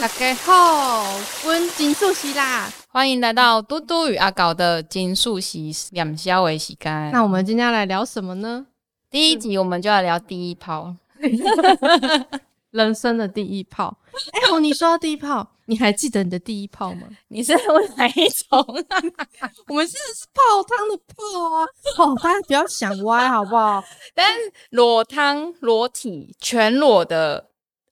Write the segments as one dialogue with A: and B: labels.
A: 大家好，阮金素希啦。
B: 欢迎来到嘟嘟与阿搞的金素席两宵为时间。
A: 那我们今天要来聊什么呢？
B: 第一集我们就要聊第一炮，
A: 人生的第一炮。哎、我你说到第一炮，你还记得你的第一炮吗？
B: 你是问哪一种？
A: 我们现在是泡汤的泡啊！哦，大家不要想歪好不好？
B: 但是裸汤、裸体、全裸的，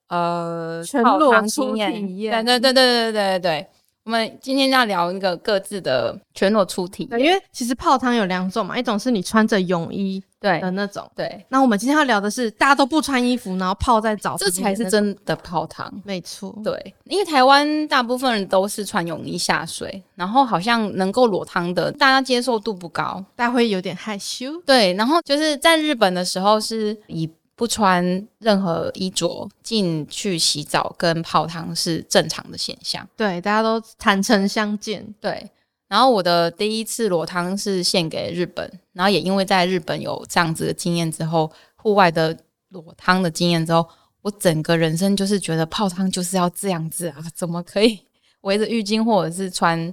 B: 呃，
A: 全裸
B: 泡汤
A: 初
B: 经
A: 体验
B: 对对对对对对对对。我们今天要聊一个各自的全裸出体
A: 对，因为其实泡汤有两种嘛，一种是你穿着泳衣
B: 对
A: 的那种。
B: 对，
A: 那我们今天要聊的是大家都不穿衣服，然后泡在澡，
B: 这才是。真的泡汤。
A: 没错，
B: 嗯对，因为台湾大部分人都是穿泳衣下水，然后好像能够裸汤的，大家接受度不高。
A: 大家会有点害羞。
B: 对，然后就是在日本的时候是以不穿任何衣着进去洗澡跟泡汤是正常的现象。
A: 对，大家都坦诚相见。
B: 对，然后我的第一次裸汤是献给日本，然后也因为在日本有这样子的经验之后，户外的裸汤的经验之后，我整个人生就是觉得泡汤就是要这样子啊，怎么可以 围着浴巾或者是穿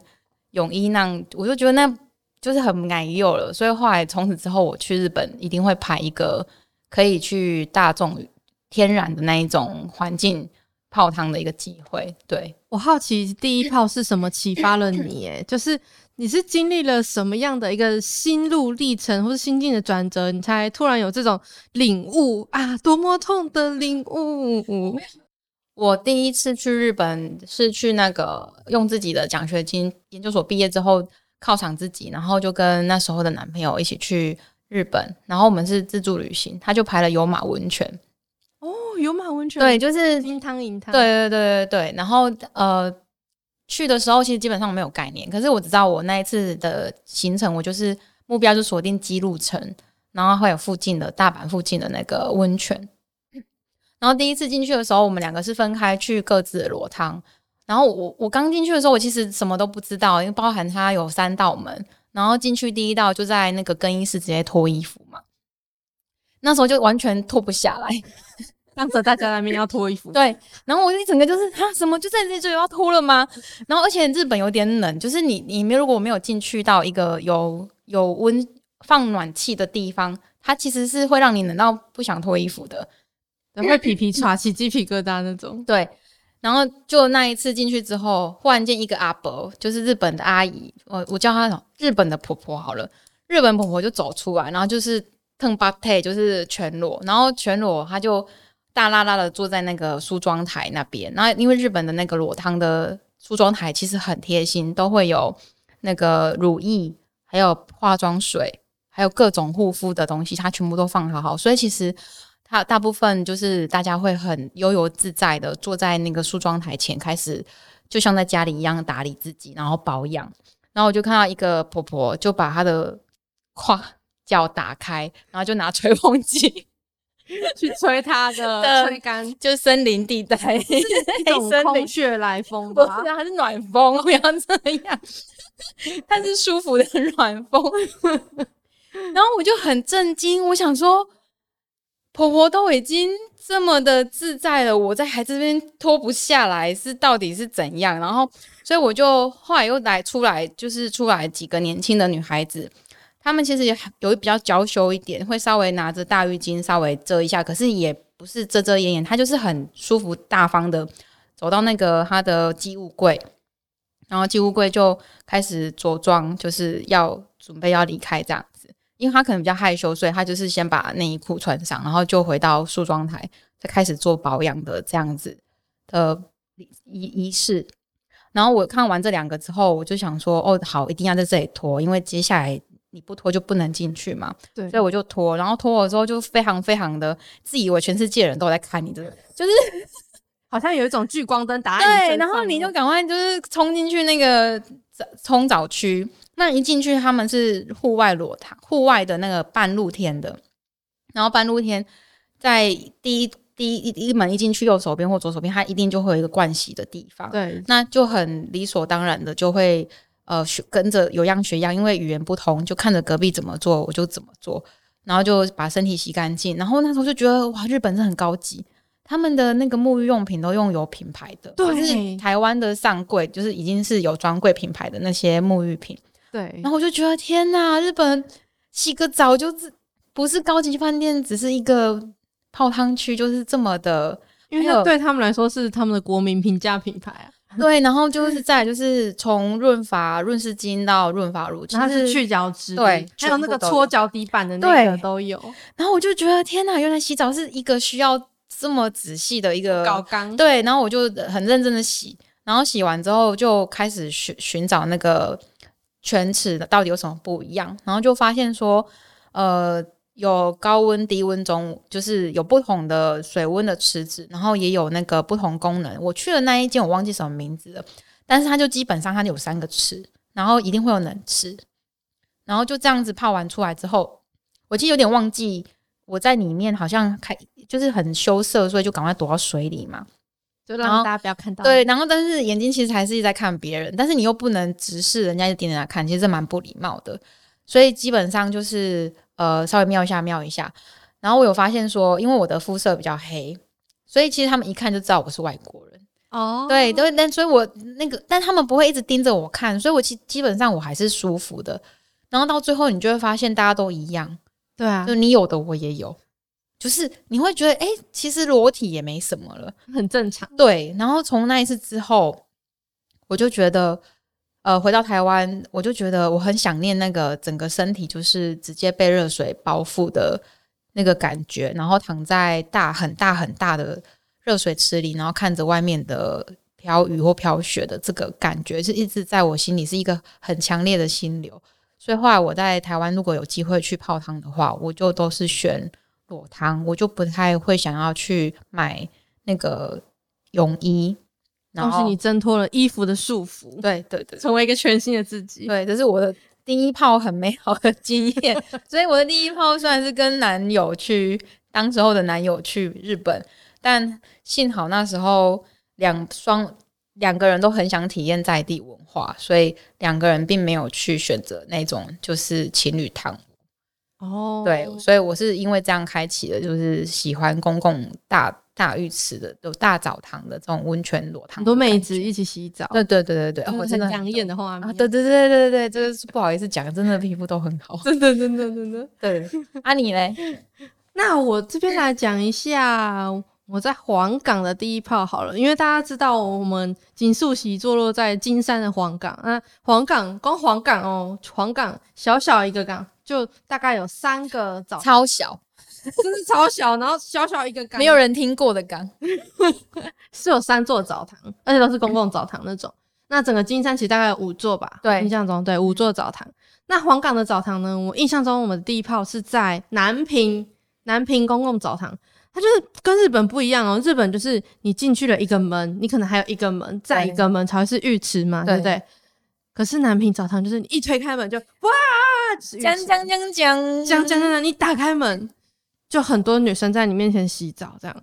B: 泳衣那样？我就觉得那就是很奶油了，所以后来从此之后，我去日本一定会排一个可以去大众天然的那一种环境泡汤的一个机会，对。
A: 我好奇第一炮是什么启发了你？ 哎，就是你是经历了什么样的一个心路历程，或是心境的转折，你才突然有这种领悟啊？多么痛的领悟！
B: 我第一次去日本是去那个用自己的奖学金，研究所毕业之后犒赏自己，然后就跟那时候的男朋友一起去日本，然后我们是自助旅行，他就排了有马温泉，
A: 哦，有马温泉，
B: 对，，就是对
A: 金汤银汤，，
B: 对对对对，然后呃去的时候其实基本上没有概念，可是我只知道我那一次的行程，我就是目标就锁定姬路城，然后还有附近的大阪附近的那个温泉。然后第一次进去的时候，我们两个是分开去各自的裸汤。然后我我刚进去的时候，我其实什么都不知道，因为包含它有三道门，然后进去第一道就在那个更衣室直接脱衣服嘛，那时候就完全脱不下来，
A: 当着大家的面要脱 衣服，
B: 对，然后我就一整个就是啊，什么就在这就要脱了吗？然后而且日本有点冷，就是你你没有如果没有进去到一个有有温放暖气的地方，它其实是会让你冷到不想脱衣服的。
A: 对，会皮皮抓起鸡皮疙瘩那种。
B: 对，然后就那一次进去之后，忽然间一个阿伯，就是日本的阿姨，我我叫她日本的婆婆好了，日本婆婆就走出来，然后就是腾巴泰，就是全裸，然后全裸她就大拉拉的坐在那个梳妆台那边，然后因为日本的那个裸汤的梳妆台其实很贴心，都会有那个乳液，还有化妆水。还有各种护肤的东西，它全部都放好好，所以其实他大部分就是大家会很悠游自在的坐在那个梳妆台前，开始就像在家里一样打理自己，然后保养。然后我就看到一个婆婆就把她的胯脚打开，然后就拿吹风机，
A: 去吹它的
B: 的
A: 吹干，一
B: 就森林地带，
A: 种
B: 森林
A: 空穴来风
B: 不是
A: 吧。
B: 啊，它是暖风，不要这样，它是舒服的暖风。然后我就很震惊，我想说，婆婆都已经这么的自在了，我在还这边脱不下来，是到底是怎样？然后，所以我就后来又来出来，就是出来几个年轻的女孩子。她们其实也有比较娇羞一点，会稍微拿着大浴巾稍微遮一下，可是也不是遮遮掩掩，她就是很舒服大方的走到那个他的寄物柜，然后寄物柜就开始着装，就是要准备要离开这样子。因为他可能比较害羞，所以他就是先把内衣裤穿上，然后就回到梳妆台，再开始做保养的这样子的仪仪式。然后我看完这两个之后，我就想说，哦，好，一定要在这里脱，因为接下来你不脱就不能进去嘛。
A: 对
B: 所以我就脱，然后脱了之后就非常非常的自以为全世界人都在看你这个，就是
A: 好像有一种聚光灯打在你
B: 对，
A: 身
B: 然后
A: 上
B: 你
A: 了
B: 就赶快就是冲进去那个澡冲澡区。那一进去，他们是户外裸汤，户外的那个半露天的。然后半露天在第一第一一一门一进去，右手边或左手边，它一定就会有一个盥洗的地方。
A: 对
B: 那就很理所当然的就会呃学跟着有样学样，因为语言不同，就看着隔壁怎么做我就怎么做，然后就把身体洗干净。然后那时候就觉得哇，日本是很高级，他们的那个沐浴用品都用有品牌的，
A: 对
B: 就是台湾的上柜就是已经是有专柜品牌的那些沐浴品，
A: 对
B: 然，后我就觉得天哪，日本洗个澡就是不是高级饭店，只是一个泡汤区，就是这么的
A: 因为
B: 还
A: 那
B: 有
A: 对他们来说是他们的国民平价品牌啊，
B: 对。然后就是再来就是从润发润湿巾到润发乳，就
A: 然后它
B: 是
A: 是去角质，
B: 对
A: 还有那个
B: 全部都有
A: 搓脚底板的那个
B: 对
A: 都有，
B: 然后我就觉得天哪，原来洗澡是一个需要这么仔细的一个
A: 搞刚，
B: 呃对，然后我就很认真的洗，然后洗完之后就开始寻寻找那个犬齿的到底有什么不一样，然后就发现说，呃，有高温、低温、中，就是有不同的水温的池子，然后也有那个不同功能。我去的那一间我忘记什么名字了，但是它就基本上它有三个池，然后一定会有冷池，然后就这样子泡完出来之后，我其实有点忘记。我在里面好像开就是很羞涩，所以就赶快躲到水里嘛。
A: 就
B: 然
A: 让
B: 后
A: 大家不要看到。
B: 对，，然后但是眼睛其实还是一直在看别人，但是你又不能直视人家一点点来看，其实这蛮不礼貌的。所以基本上就是呃稍微瞄一下瞄一下，然后我有发现说，因为我的肤色比较黑，所以其实他们一看就知道我是外国人。
A: 哦，
B: 对，对，但所以我那个，但他们不会一直盯着我看，所以我其基本上我还是舒服的。然后到最后，你就会发现大家都一样，
A: 对啊
B: 就，你有的我也有，就是你会觉得，哎、其实裸体也没什么了。
A: 很正常。
B: 对，然后从那一次之后，我就觉得，呃，回到台湾，我就觉得我很想念那个整个身体就是直接被热水包覆的那个感觉，然后躺在大很大很大的热水池里，然后看着外面的飘雨或飘雪的这个感觉，是一直在我心里是一个很强烈的心流。所以后来我在台湾，如果有机会去泡汤的话，我就都是选裸汤，我就不太会想要去买那个泳衣。然
A: 恭喜
B: 后
A: 哦你挣脱了衣服的束缚，
B: 对对对
A: 成为一个全新的自己。
B: 对，这是我的第一泡很美好的经验。所以我的第一泡虽然是跟男友去，当时候的男友去日本，但幸好那时候两双两个人都很想体验在地文化，所以两个人并没有去选择那种就是情侣汤。
A: 哦，
B: 对，所以我是因为这样开启了，就是喜欢公共大大浴池的有大澡堂的这种温泉裸汤。
A: 很多妹子，一起洗澡，
B: 对对对对对，哦
A: 嗯
B: 我真
A: 很
B: 的
A: 养眼的画
B: 啊！
A: 面。。
B: 对对对对对，这个是不好意思讲，真的皮肤都很好
A: 真的，真的，真的。
B: 对，啊你嘞？
A: 那我这边来讲一下我在黄冈的第一炮好了，因为大家知道我们锦树喜坐落在金山的黄冈，那黄冈光黄冈哦，黄冈小小一个港，就大概有三个澡，
B: 超小，
A: 真的超小，然后小小一个港，
B: 没有人听过的港。
A: 是有三座澡堂，而且都是公共澡堂那种。那整个金山其实大概有五座吧，
B: 对
A: 我印象中对五座澡堂。那黄冈的澡堂呢，我印象中我们的第一炮是在南平南平公共澡堂，它就是跟日本不一样哦。日本就是你进去了一个门，你可能还有一个门，再一个门才会是浴池嘛，对
B: 对
A: 不对？可是南平澡堂就是你一推开门就哇，就是浴池
B: 讲讲讲讲
A: 江江江江，你打开门就很多女生在你面前洗澡这样。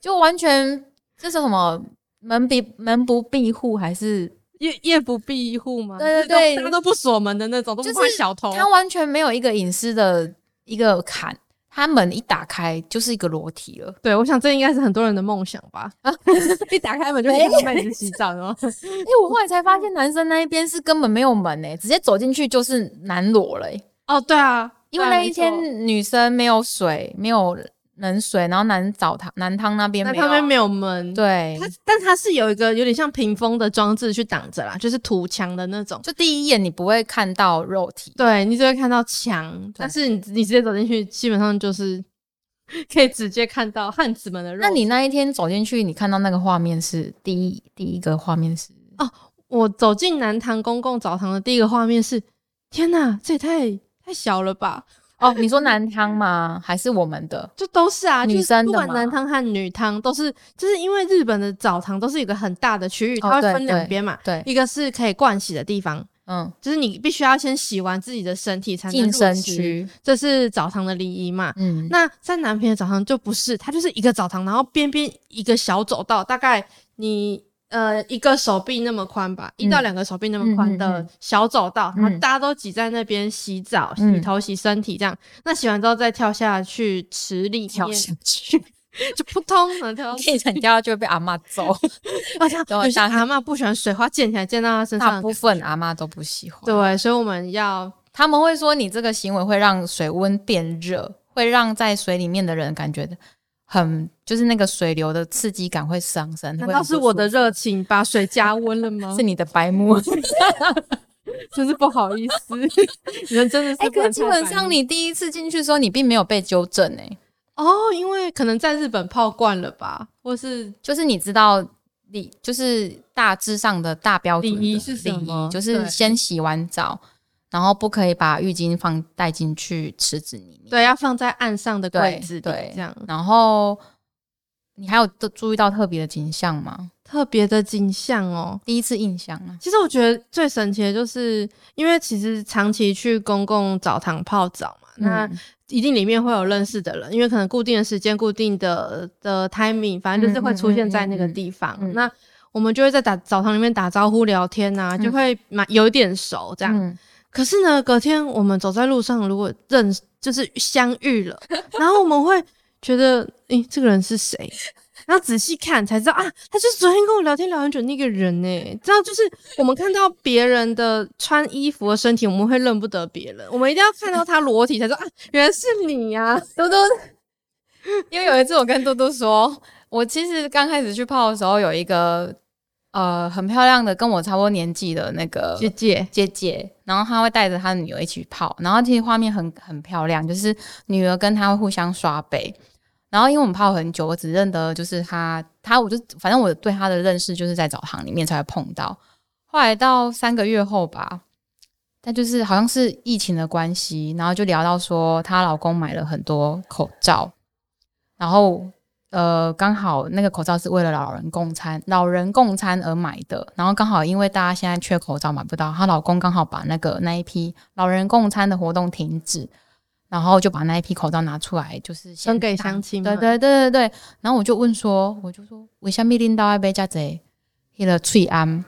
B: 就完全这是什么门闭门不闭户还是？
A: 夜夜不闭户吗？
B: 对
A: 就是
B: 对对
A: 都大家都不锁门的那种，都不
B: 就是
A: 怕小偷。
B: 它完全没有一个隐私的一个坎，它门一打开就是一个裸体了。
A: 对，我想这应该是很多人的梦想吧。
B: 啊
A: 一打开门就看到妹子洗澡，然后
B: 哎、我后来才发现男生那一边是根本没有门诶、直接走进去就是男裸了、欸。
A: 哦，对啊，
B: 因为
A: 对啊
B: 那一
A: 没错
B: 天女生没有水，没有冷水，然后男澡堂男汤那边
A: 那
B: 没
A: 他们
B: 有，
A: 没有门，，
B: 对
A: 它，但它是有一个有点像屏风的装置去挡着啦，就是土墙的那种。
B: 就第一眼你不会看到肉体，
A: 对你只会看到墙，但是你你直接走进去，基本上就是 可以直接看到汉子们的肉体。
B: 那你那一天走进去，你看到那个画面是第一第一个画面是，
A: 我走进南堂公共澡堂的第一个画面是：天哪，这也太太小了吧！
B: 哦，你说男汤吗？还是我们的？
A: 就都是啊，
B: 女
A: 就是
B: 生
A: 不
B: 的
A: 管
B: 嘛
A: 男汤和女汤都是，就是因为日本的澡堂都是有个很大的区域，
B: 哦
A: 它会
B: 对
A: 分两边嘛，
B: 对，
A: 一个是可以盥洗的地方，
B: 嗯，
A: 就是你必须要先洗完自己的身体才能
B: 净
A: 入
B: 身
A: 池，
B: 区，
A: 这是澡堂的礼仪嘛。
B: 嗯，
A: 那在南平的澡堂就不是，它就是一个澡堂，然后边边一个小走道，大概你呃一个手臂那么宽吧，一到两个手臂那么宽
B: 嗯嗯
A: 的
B: 嗯
A: 小走道，然后
B: 嗯
A: 大家都挤在那边洗澡、洗
B: 嗯
A: 头、洗身体这样。那洗完之后再跳下去池里面，
B: 跳下去，
A: 就扑通的跳到
B: 可以参加就会被阿嬷 揍，
A: 好像
B: 对
A: 有些
B: 大
A: 阿嬷不喜欢水花溅起来溅到她身
B: 大
A: 上
B: 部，分阿嬷都不喜欢。
A: 对，所以我们要
B: 他们会说你这个行为会让水温变热，会让在水里面的人感觉很，就是那个水流的刺激感会上升。
A: 难
B: 会
A: 道
B: 很
A: 是
B: 不
A: 我
B: 舒
A: 的
B: 服？
A: 热情把水加温了 吗？
B: 是你的白目？
A: 真是不好意 思，人真的是
B: 哎、
A: 不
B: 可
A: 能
B: 是基
A: 太白目。
B: 本上你第一次进去的时候，你并没有被纠正哎、
A: 哦，因为可能在日本泡惯了吧，或是
B: 就是你知道礼，就是大致上的大标准的
A: 礼仪是什么
B: 礼仪就
A: 对
B: 是先洗完澡，然后不可以把浴巾放带进去池子里面。
A: 对要放在岸上的柜
B: 对
A: 子里
B: 对
A: 这样。
B: 然后你还有特注意到特别的景象吗？
A: 特别的景象哦。
B: 第一次印象啊，
A: 其实我觉得最神奇的就是，因为其实长期去公共澡堂泡澡嘛，那
B: 嗯
A: 一定里面会有认识的人，因为可能固定的时间、固定的的 timing，反正就是会出现在那个地方。
B: 嗯嗯嗯嗯嗯
A: 那我们就会在打澡堂里面打招呼、聊天呐、啊，就会蛮有一点熟这样。
B: 嗯
A: 可是呢，隔天我们走在路上，如果认就是相遇了，然后我们会觉得，诶、这个人是谁？然后仔细看才知道啊，他就是昨天跟我聊天聊很久那个人呢、这样就是我们看到别人的穿衣服和身体，我们会认不得别人，我们一定要看到他裸体才说啊，原来是你呀、
B: 多多，因为有一次我跟多多说，我其实刚开始去泡的时候，有一个呃很漂亮的跟我差不多年纪的那个
A: 姐姐。
B: 姐姐，然后她会带着她的女儿一起泡，然后其实画面很很漂亮，就是女儿跟她会互相刷杯。然后因为我们泡很久，我只认得就是她，她我就反正我对她的认识就是在澡堂里面才会碰到。后来到三个月后吧，她就是好像是疫情的关系，然后就聊到说她老公买了很多口罩，然后呃，刚好那个口罩是为了老人共餐，老人共餐而买的。然后刚好因为大家现在缺口罩买不到，她老公刚好把那个那一批老人共餐的活动停止，然后就把那一批口罩拿出来，就是先
A: 分给
B: 当
A: 乡亲
B: 对
A: 们
B: 对对对对。然后我就问说，我就说为什么拎到爱杯加贼，黑了翠安，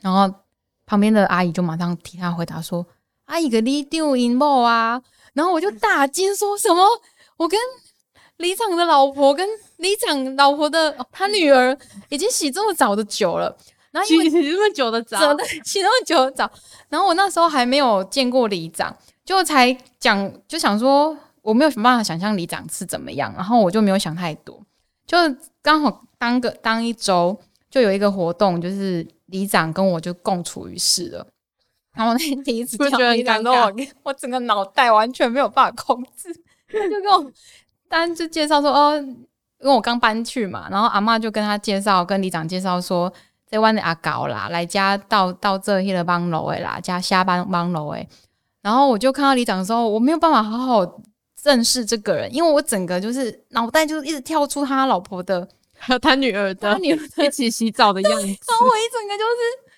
B: 然后旁边的阿姨就马上替她回答说：“阿姨个你丢银帽啊！”然后我就大惊，说什么？我跟里长的老婆跟里长老婆的哦他女儿已经洗这么早的酒了，然后因为
A: 洗这么久的澡
B: 真，的洗那么久的澡，然后我那时候还没有见过里长，就才讲就想说我没有办法想象里长是怎么样，然后我就没有想太多，就刚好当个当一周就有一个活动，就是里长跟我就共处一室了。然后我那第一 次
A: 不
B: 见
A: 觉得
B: 里
A: 很啊
B: 长
A: 尴
B: 跟我，我整个脑袋完全没有办法控制，他就跟我，单就介绍说，哦，因为我刚搬去嘛，然后阿嬷就跟他介绍，跟里长介绍说，这湾的阿搞啦，来家到到这迄个帮楼诶啦，家下班帮楼诶。然后我就看到里长的时候，我没有办法好好正视这个人，因为我整个就是脑袋就一直跳出他老婆的，
A: 还有他女儿
B: 他
A: 的
B: 女儿的，
A: 一起洗澡的样子，
B: 然后我一整个就是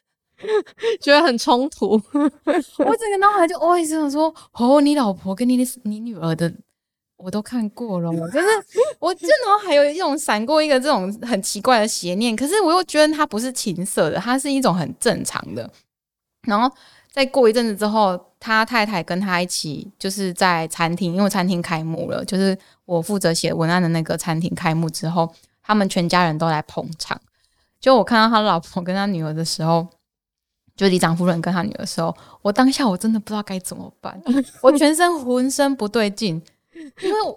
A: 觉得很冲突。
B: 我整个脑海就 always 想说，哦，你老婆跟你的你女儿的，我都看过了，哦就是我这脑海有一种闪过一个这种很奇怪的邪念，可是我又觉得它不是情色的，它是一种很正常的。然后再过一阵子之后，他太太跟他一起就是在餐厅，因为餐厅开幕了，就是我负责写文案的那个餐厅开幕之后，他们全家人都来捧场。就我看到他老婆跟他女儿的时候，就里长夫人跟他女儿的时候，我当下我真的不知道该怎么办， 我全身浑身不对 劲，因为我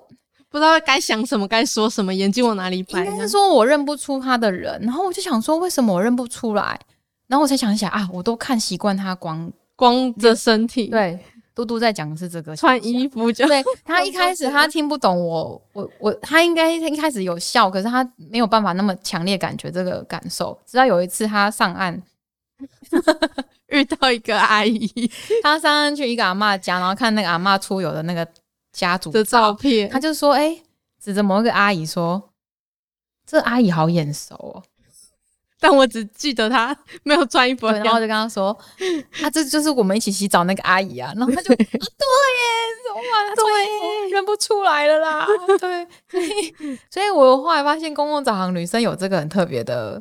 A: 不知道该想什么，该说什么，眼睛往哪里摆
B: 应
A: 这
B: 该
A: 样。
B: 是说我认不出他的人，然后我就想说为什么我认不出来，然后我才想起来啊，我都看习惯他光
A: 光着身体，，
B: 对嘟嘟在讲的是这个
A: 穿
B: 形象
A: 衣服 就
B: 对他一开始他听不懂我，我我他应该一开始有笑，可是他没有办法那么强烈感觉这个感受。直到有一次他上岸，
A: 遇到一个阿姨
B: 他上岸去一个阿嬷家，然后看那个阿嬷出游的那个家族
A: 的照片，
B: 他就说：“哎、指着某一个阿姨说，这阿姨好眼熟哦。
A: 但我只记得她没有穿衣服
B: 对
A: 的
B: 然后我就
A: 样子。
B: 跟他说：“啊，这就是我们一起洗澡那个阿姨啊。”然后他就：“啊对耶，怎么办？她穿衣服认不出来了啦。”对，所以所以我后来发现公共澡堂女生有这个很特别的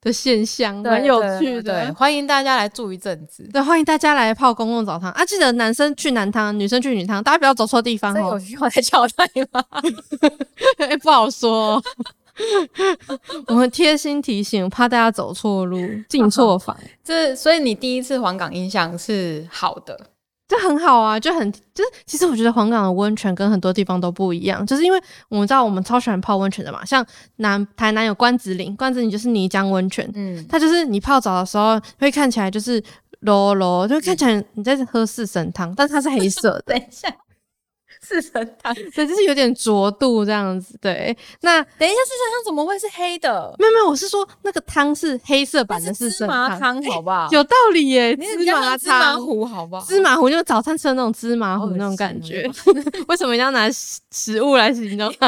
A: 的现象，
B: 对
A: 蛮有
B: 对
A: 趣
B: 对
A: 的。
B: 欢迎大家来住一阵子。
A: 对，欢迎大家来泡公共澡堂啊！记得男生去男汤，女生去女汤，大家不要走错地方
B: 真有
A: 哦。
B: 需要再交代吗？
A: 哎、不好说、哦。我们贴心提醒，怕大家走错路、进错房，
B: 这所以你第一次黄冈印象是好的，
A: 这很好啊，就很就是。其实我觉得黄冈的温泉跟很多地方都不一样，就是因为我们知道我们超喜欢泡温泉的嘛，像南台南有关子岭，关子岭就是泥浆温泉，
B: 嗯，
A: 它就是你泡澡的时候会看起来就是柔柔，就看起来你在喝四神汤，但是它是黑色的。
B: 等一下，四神汤，
A: 对，就是有点浊度这样子。对，那
B: 等一下，四神汤怎么会是黑的？
A: 没有没有，我是说那个汤是黑色版
B: 那
A: 的
B: 是
A: 是
B: 芝
A: 参
B: 麻汤，好不 好？
A: 有道理耶，
B: 你
A: 芝
B: 比较像
A: 麻
B: 芝麻
A: 汤。
B: 糊，好不好？
A: 芝麻糊就是早餐吃的那种芝麻
B: 好
A: 糊
B: 恶
A: 那种
B: 心
A: 感
B: 哦
A: 觉， 为什么一定要拿食食物来形容？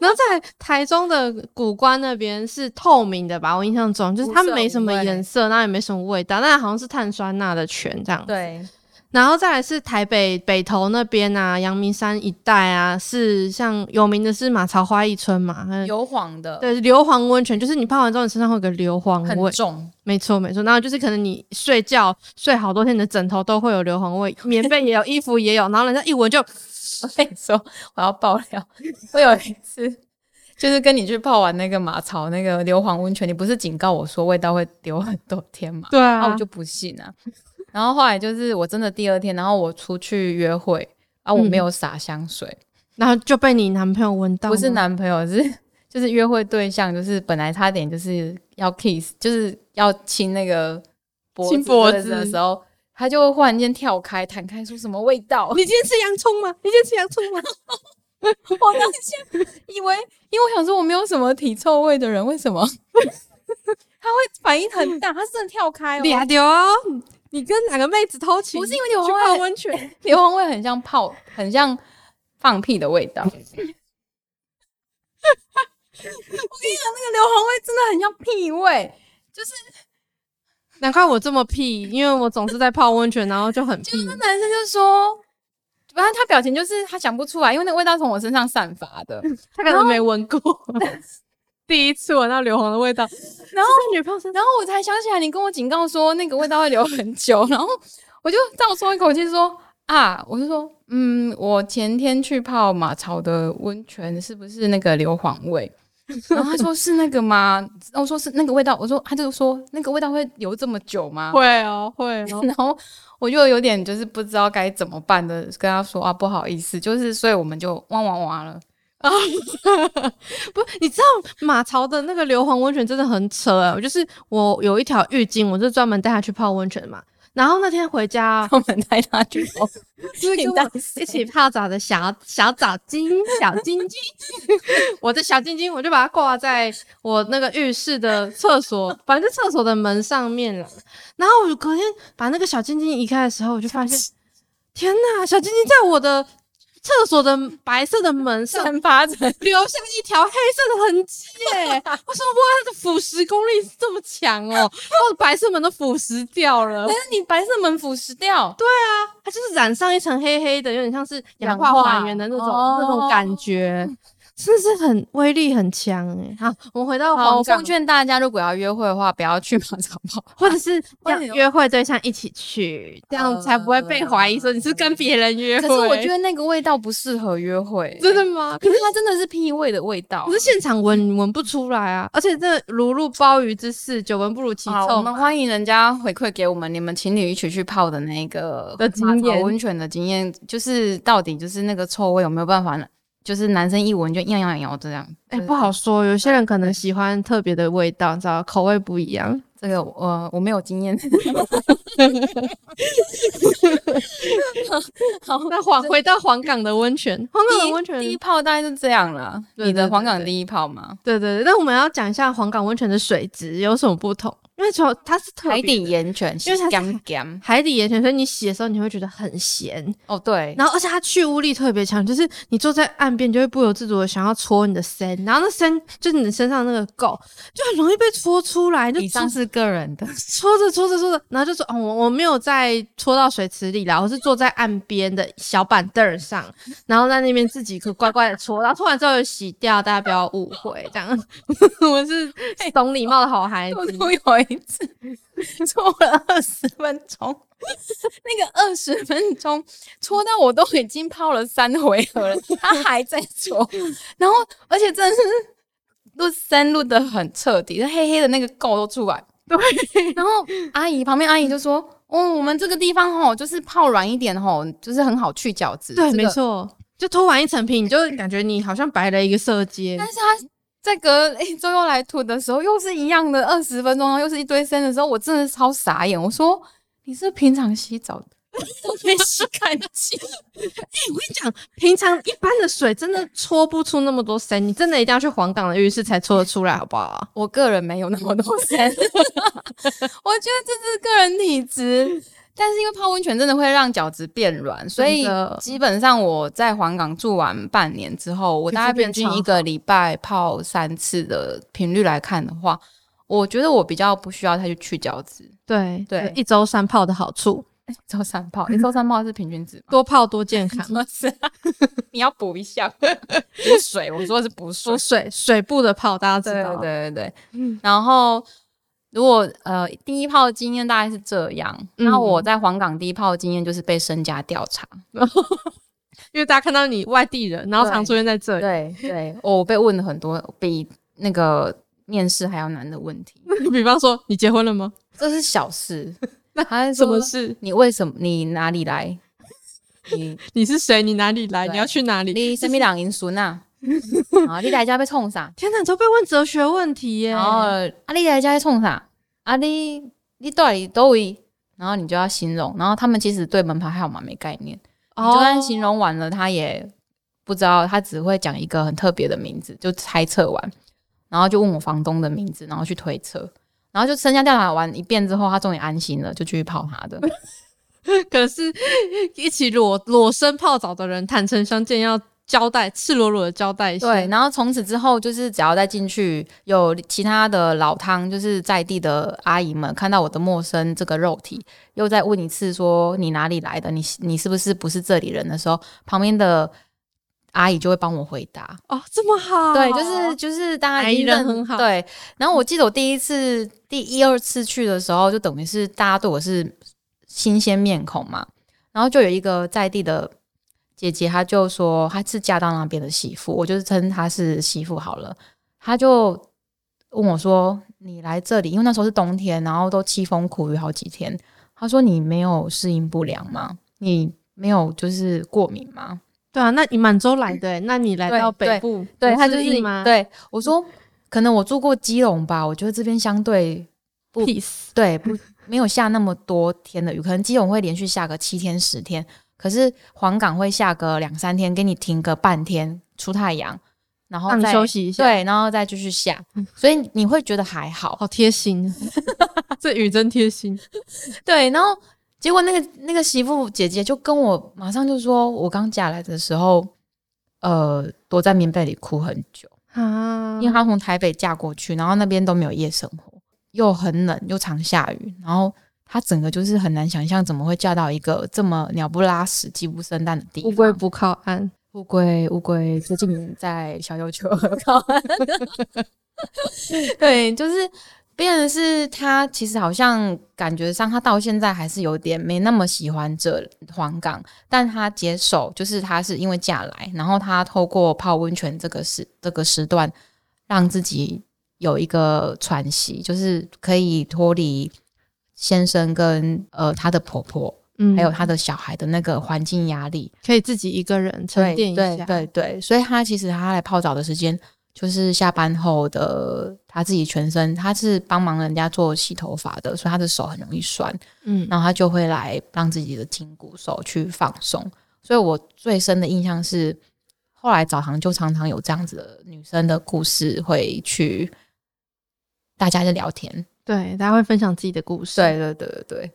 A: 然后在台中的古关那边是透明的吧，我印象中就是
B: 无
A: 它们
B: 色
A: 没
B: 无
A: 什么
B: 味
A: 颜色，那也没什么味道，那好像是碳酸钠的泉这样子。
B: 对，
A: 然后再来是台北北投那边啊，阳明山一带啊，是像有名的是马槽花一村嘛，还有
B: 油黄的，，
A: 嗯对硫磺温泉，就是你泡完之后你身上会有个硫磺
B: 很
A: 味，
B: 重，
A: 没错没错。然后就是可能你睡觉睡好多天，你的枕头都会有硫磺味， 棉被也有，衣服也有，然后人家一闻就
B: 我跟你说，我要爆 料，我有一次就是跟你去泡完那个马槽那个硫磺温泉，你不是警告我说味道会留很多天吗？
A: 对
B: 然后
A: 啊
B: 我，就不信啊。然后后来就是我真的第二天，然后我出去约会啊，我没
A: 嗯
B: 有撒香水，
A: 然后就被你男朋友闻到吗，
B: 不是男朋友， 是就是约会对象，就是本来差点就是要 kiss，就是要亲那个脖
A: 亲
B: 子
A: 脖
B: 的的
A: 子
B: 时候，他就忽然间跳开，弹开说什么味道？
A: 你今天吃洋葱吗？你今天吃洋 葱吗？
B: 我当下 以为，因为我想说我没有什么体臭味的人，为什么 他会反应很大？他是真的跳开哦，
A: 俩丢哦，你跟哪个妹子偷情？
B: 不是因为硫
A: 去
B: 磺
A: 泡
B: 味，
A: 温泉，
B: 硫磺味很像泡，很像放屁的味道。 我跟你讲，那个硫磺味真的很像屁味，就是
A: 难怪我这么屁，因为我总是在泡温泉，然后就很屁。
B: 那男生就说。反正他表情就是他想不出来，因为那个味道从我身上散发的。
A: 他可能没闻过， 第一次闻到硫磺的味道。
B: 然后
A: 女朋友身上，
B: 然后我才想起来，你跟我警告说那个味道会留很久，然后我就倒松一口气说啊，我就说嗯，我前天去泡马槽的温泉，是不是那个硫磺味？然后他说是那个吗？然后我说是那个味道，我说他就说那个味道会留这么久吗？
A: 会哦，会哦。
B: 然后我就有点就是不知道该怎么办的，跟他说啊，不好意思，就是所以我们就汪汪汪了。
A: 不，你知道马槽的那个硫磺温泉真的很扯哎、就是我有一条浴巾，我就专门带她去泡温泉嘛。然后那天 回家，
B: 我们带他去 泡，
A: 就是跟我一起泡澡的小小澡巾、小晶晶，我的小晶晶，我就把它挂在我那个浴室的厕所，反正厕所的门上面了。然后我隔天把那个小晶晶移开的时候，我就发现，天哪，小晶晶在我的厕所的白色的门上
B: 散发着
A: 留下一条黑色的痕迹耶！我说哇，它的腐蚀功力是这么强哦，我的白色门都腐蚀掉了
B: 但。是你白色门腐蚀掉，
A: 它就是染上一层黑黑的，有点像是氧化
B: 氧化
A: 还原的那种、
B: 哦
A: 那种感觉，真的是很威力很强哎、好，我们回到
B: 好，我
A: 黄
B: 奉
A: 冈，
B: 劝大家，如果要约会的话，不要去马场 跑。
A: 或者 是
B: 或
A: 要
B: 者有
A: 约会对象一起去，这样才不会被怀疑说你是跟别人约
B: 可
A: 会。
B: 是我觉得那个味道不适合约会，
A: 真的 吗？可
B: 可
A: 是
B: 是它真的是屁味的味道
A: 可。是现场闻闻不出来啊，而且这如入鲍鱼之肆，久闻不如其
B: 好，我
A: 臭
B: 们。欢迎人家回馈给我们你们情侣一起去泡的那个
A: 的经验
B: 马槽温泉的经验，就是到底就是那个臭味有没有办法，就是男生一闻就痒痒痒这样。
A: 哎、
B: 就是
A: 不好说，有些人可能喜欢特别的味道，你知道，口味不一 样。
B: 这个我、呃、我没有经验。 好，
A: 那黄回到黄冈的温泉， 黄冈的温泉
B: 第一泡大概是这样啦。
A: 对
B: 你的
A: 对对
B: 黄冈
A: 对
B: 第一泡吗？
A: 对对对，那我们要讲一下黄冈温泉的水质有什么不同。因为从它是特
B: 海
A: 别的
B: 底岩泉
A: 因为它
B: 是
A: 是
B: 甘甘
A: 海底岩泉，所以你洗的时候你会觉得很咸，
B: 哦，对，
A: 然后而且它去污力特别强，就是你坐在岸边你就会不由自主的想要搓你的身，然后那身就是你的身上那个垢就很容易被搓出来，就
B: 以上是个人的，
A: 搓着搓着搓着，然后就说：“哦，我我没有在搓到水池里啦，我是坐在岸边的小板凳上，然后在那边自己可乖乖的搓，然后搓完之后又洗掉，大家不要误会，这样 我是懂礼貌的好孩
B: 哎我
A: 子。
B: 都有一 次搓了二十分钟，那个二十分钟搓到我都已经泡了三回合了，他还在搓，然后而且真的是录深录的很彻底，就黑黑的那个垢都出来。对， 然后阿姨旁边阿姨就说：“哦，我们这个地方吼，就是泡软一点吼，就是很好去角质。”
A: 对，没。错，就脱完一层皮，你就
B: 哎
A: 感觉你好像白了一个色阶
B: 但。是他在隔一周又来涂的时候，又是一样的二十分钟，然后又是一堆深的时候，我真的超傻眼。我说你是平常洗 澡的，都没洗干净，
A: 我跟你讲，平常一般的水真的搓不出那么多深，你真的一定要去黄冈的浴室才搓得出来，好不好？
B: 我个人没有那么多 深，我觉得这是个人体质。但是因为泡温泉真的会让脚趾变软，所以
A: 真的
B: 基本上我在黄港住完半年之后，我
A: 皮
B: 大
A: 肤
B: 概平
A: 变
B: 均
A: 超
B: 一个礼拜泡三次的频率来看的话，我觉得我比较不需要再去去角质。
A: 对
B: 对
A: 一周三泡的好处，
B: 周三泡，你周三泡是平均 值吗？
A: 多泡多健 康。
B: 么嗯是、啊你要补一 下补水，我说的是补水
A: 补。水水部的泡，大家知
B: 对
A: 道。
B: 对对对，
A: 嗯
B: 然后如果呃第一泡经验大概是这样，
A: 嗯
B: 那、我在黄冈第一泡经验就是被身家调查，
A: 因为大家看到你外地人，然后常出现在这里，
B: 对对，我被问了很多比那个面试还要难的问 题，
A: 比方说你结婚了吗？
B: 这是小 事，还是
A: 什么
B: 说
A: 事？
B: 你为什么你哪里 来？你
A: 你是谁？你哪里来？
B: 对
A: 你要去哪里？
B: 你什么人因素 呐？啊，你来家被冲啥？
A: 天哪，你都被问哲学问题耶！
B: 然后啊，你来家在冲啥？啊，你你到底都位？然后你就要形容，然后他们其实对门牌号码没概念，
A: 哦
B: 你就算形容完了，他也不知道，他只会讲一个很特别的名字，就猜测完，然后就问我房东的名字，然后去推测，然后就身家调查完一遍之后，他终于安心了，就继续泡他的。
A: 哦可是一起裸裸身泡澡的人，坦诚相见，要交代赤裸裸的交代一下。
B: 对，，然后从此之后，就是只要再进去，有其他的老汤，就是在地的阿姨们看到我的陌生这个肉体，又再问一次说你哪里来的，你你是不是不是这里人的时候，旁边的阿姨就会帮我回答。
A: 哦，这么好，
B: 对，就是就是大家
A: 阿
B: 已
A: 姨
B: 经
A: 人
B: 认
A: 很好嗯
B: 对，然后我记得我第一次、第一二次去的时候，就等于是大家对我是新鲜面孔嘛，然后就有一个在地的姐姐，她就说她是嫁到那边的媳妇，我就是称她是媳妇好了。她就问我说：“你来这里，因为那时候是冬天，然后都凄风苦雨好几天。”她说：“你没有适应不良吗？你没有就是过敏吗？”
A: 对啊。那你满洲来的耶，那你来
B: 对
A: 到北
B: 对
A: 部，
B: 对
A: 有
B: 他就是
A: 适应吗？
B: 对我说，可能我住过基隆吧，我觉得这边相对不
A: ，peace，
B: 对 不没有下那么多天的雨，可能基隆会连续下个七天十天，可是黄冈会下个两三天，给你停个半天出太阳，然后
A: 让你
B: 再
A: 休息一下。，嗯哦
B: 对，然后再继续下，所以你会觉得还好。
A: 好贴心，啊这雨真贴心。
B: 对，然后结果那个那个媳妇姐姐就跟我马上就说，我刚嫁来的时候，呃，躲在棉被里哭很久。
A: 啊
B: 因为她从台北嫁过去，然后那边都没有夜生活，又很冷，又常下雨，然后她整个就是很难想象怎么会嫁到一个这么鸟不拉屎、鸡不生蛋的地方。
A: 乌龟不靠岸，
B: 乌龟，乌龟最近在小琉球 靠岸。对，就是变成是他其实好像感觉上他到现在还是有点没那么喜欢这黄冈，但他接受，就是他是因为嫁来，然后他透过泡温泉这个时这个时段，让自己有一个喘息，就是可以脱离先生跟呃她的婆婆
A: 嗯
B: 还有她的小孩的那个环境压力。
A: 可以自己一个人沉淀一下。
B: 对对对，所以他其实他来泡澡的时间就是下班后的，他自己全身，他是帮忙人家做洗头发的，所以他的手很容易酸，
A: 嗯，
B: 然后他就会来让自己的筋骨手去放松。所以我最深的印象是，后来澡堂就常常有这样子的女生的故事会去，大家就聊天。
A: 对，大家会分享自己的故事。
B: 对，对对对对，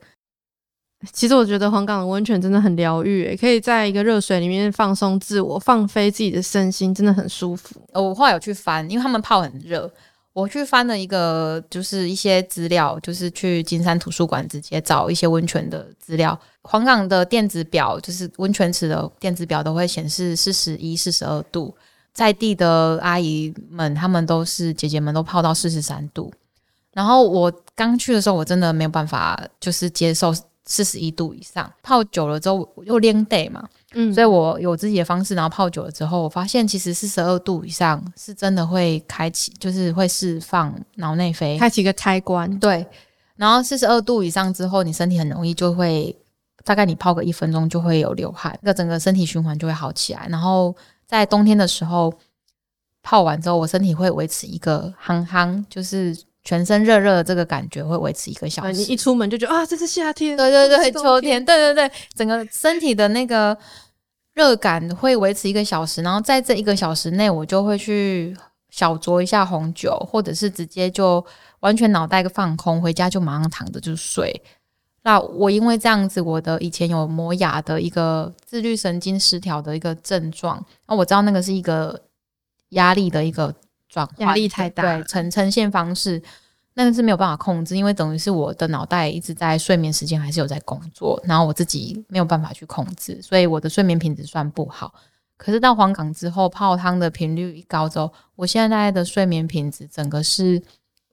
A: 其实我觉得黄冈的温泉真的很疗愈耶，可以在一个热水里面放松自我，放飞自己的身心，真的很舒服。
B: 呃我后来有去翻，因为他们泡很热，我去翻了一个就是一些资料，就是去金山图书馆直接找一些温泉的资料。黄冈的电子表就是温泉池的电子表都会显示四十一、四十二度，在地的阿姨们她们都是姐姐们都泡到四十三度。然后我刚去的时候，我真的没有办法，就是接受四十一度以上。泡久了之后，我又 l day 嘛，
A: 嗯，
B: 所以我有自己的方式，然后泡久了之后，我发现其实四十二度以上是真的会开启，就是会释放脑内啡。
A: 开启一个开关，
B: 对，然后四十二度以上之后，你身体很容易就会，大概你泡个一分钟就会有流汗，那整个身体循环就会好起来。然后在冬天的时候，泡完之后，我身体会维持一个夯夯，就是全身热热的这个感觉会维持一个小
A: 呃
B: 时。
A: 你一出门就觉得啊，这是夏天，
B: 对对对，
A: 这是冬
B: 秋天，对对对，整个身体的那个热感会维持一个小时，然后在这一个小时内，我就会去小酌一下红酒，或者是直接就完全脑袋放空，回家就马上躺着就睡。那我因为这样子，我的以前有磨牙的一个自律神经失调的一个症状，那我知道那个是一个压力的一个转换，
A: 压力太大
B: 对呈呈现方式，那个是没有办法控制，因为等于是我的脑袋一直在睡眠时间还是有在工作，然后我自己没有办法去控制，所以我的睡眠品质算不好。可是到黄冈之后，泡汤的频率一高之后，我现在的睡眠品质整个是，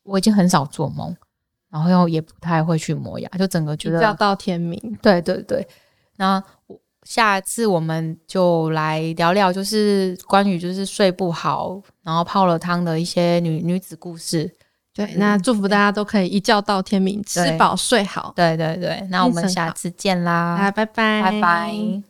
B: 我已经很少做梦，然后又也不太会去磨牙，就整个
A: 一
B: 觉得
A: 觉到天明。
B: 对对对，那我下次我们就来聊聊，就是关于就是睡不好，然后泡了汤的一些女女子故事。
A: 对，那祝福大家都可以一觉到天明，吃
B: 嗯对
A: 饱睡好。
B: 对对对，那我
A: 嗯
B: 们
A: 很
B: 下
A: 好
B: 次见
A: 大家
B: 啦，
A: 拜拜，
B: 拜拜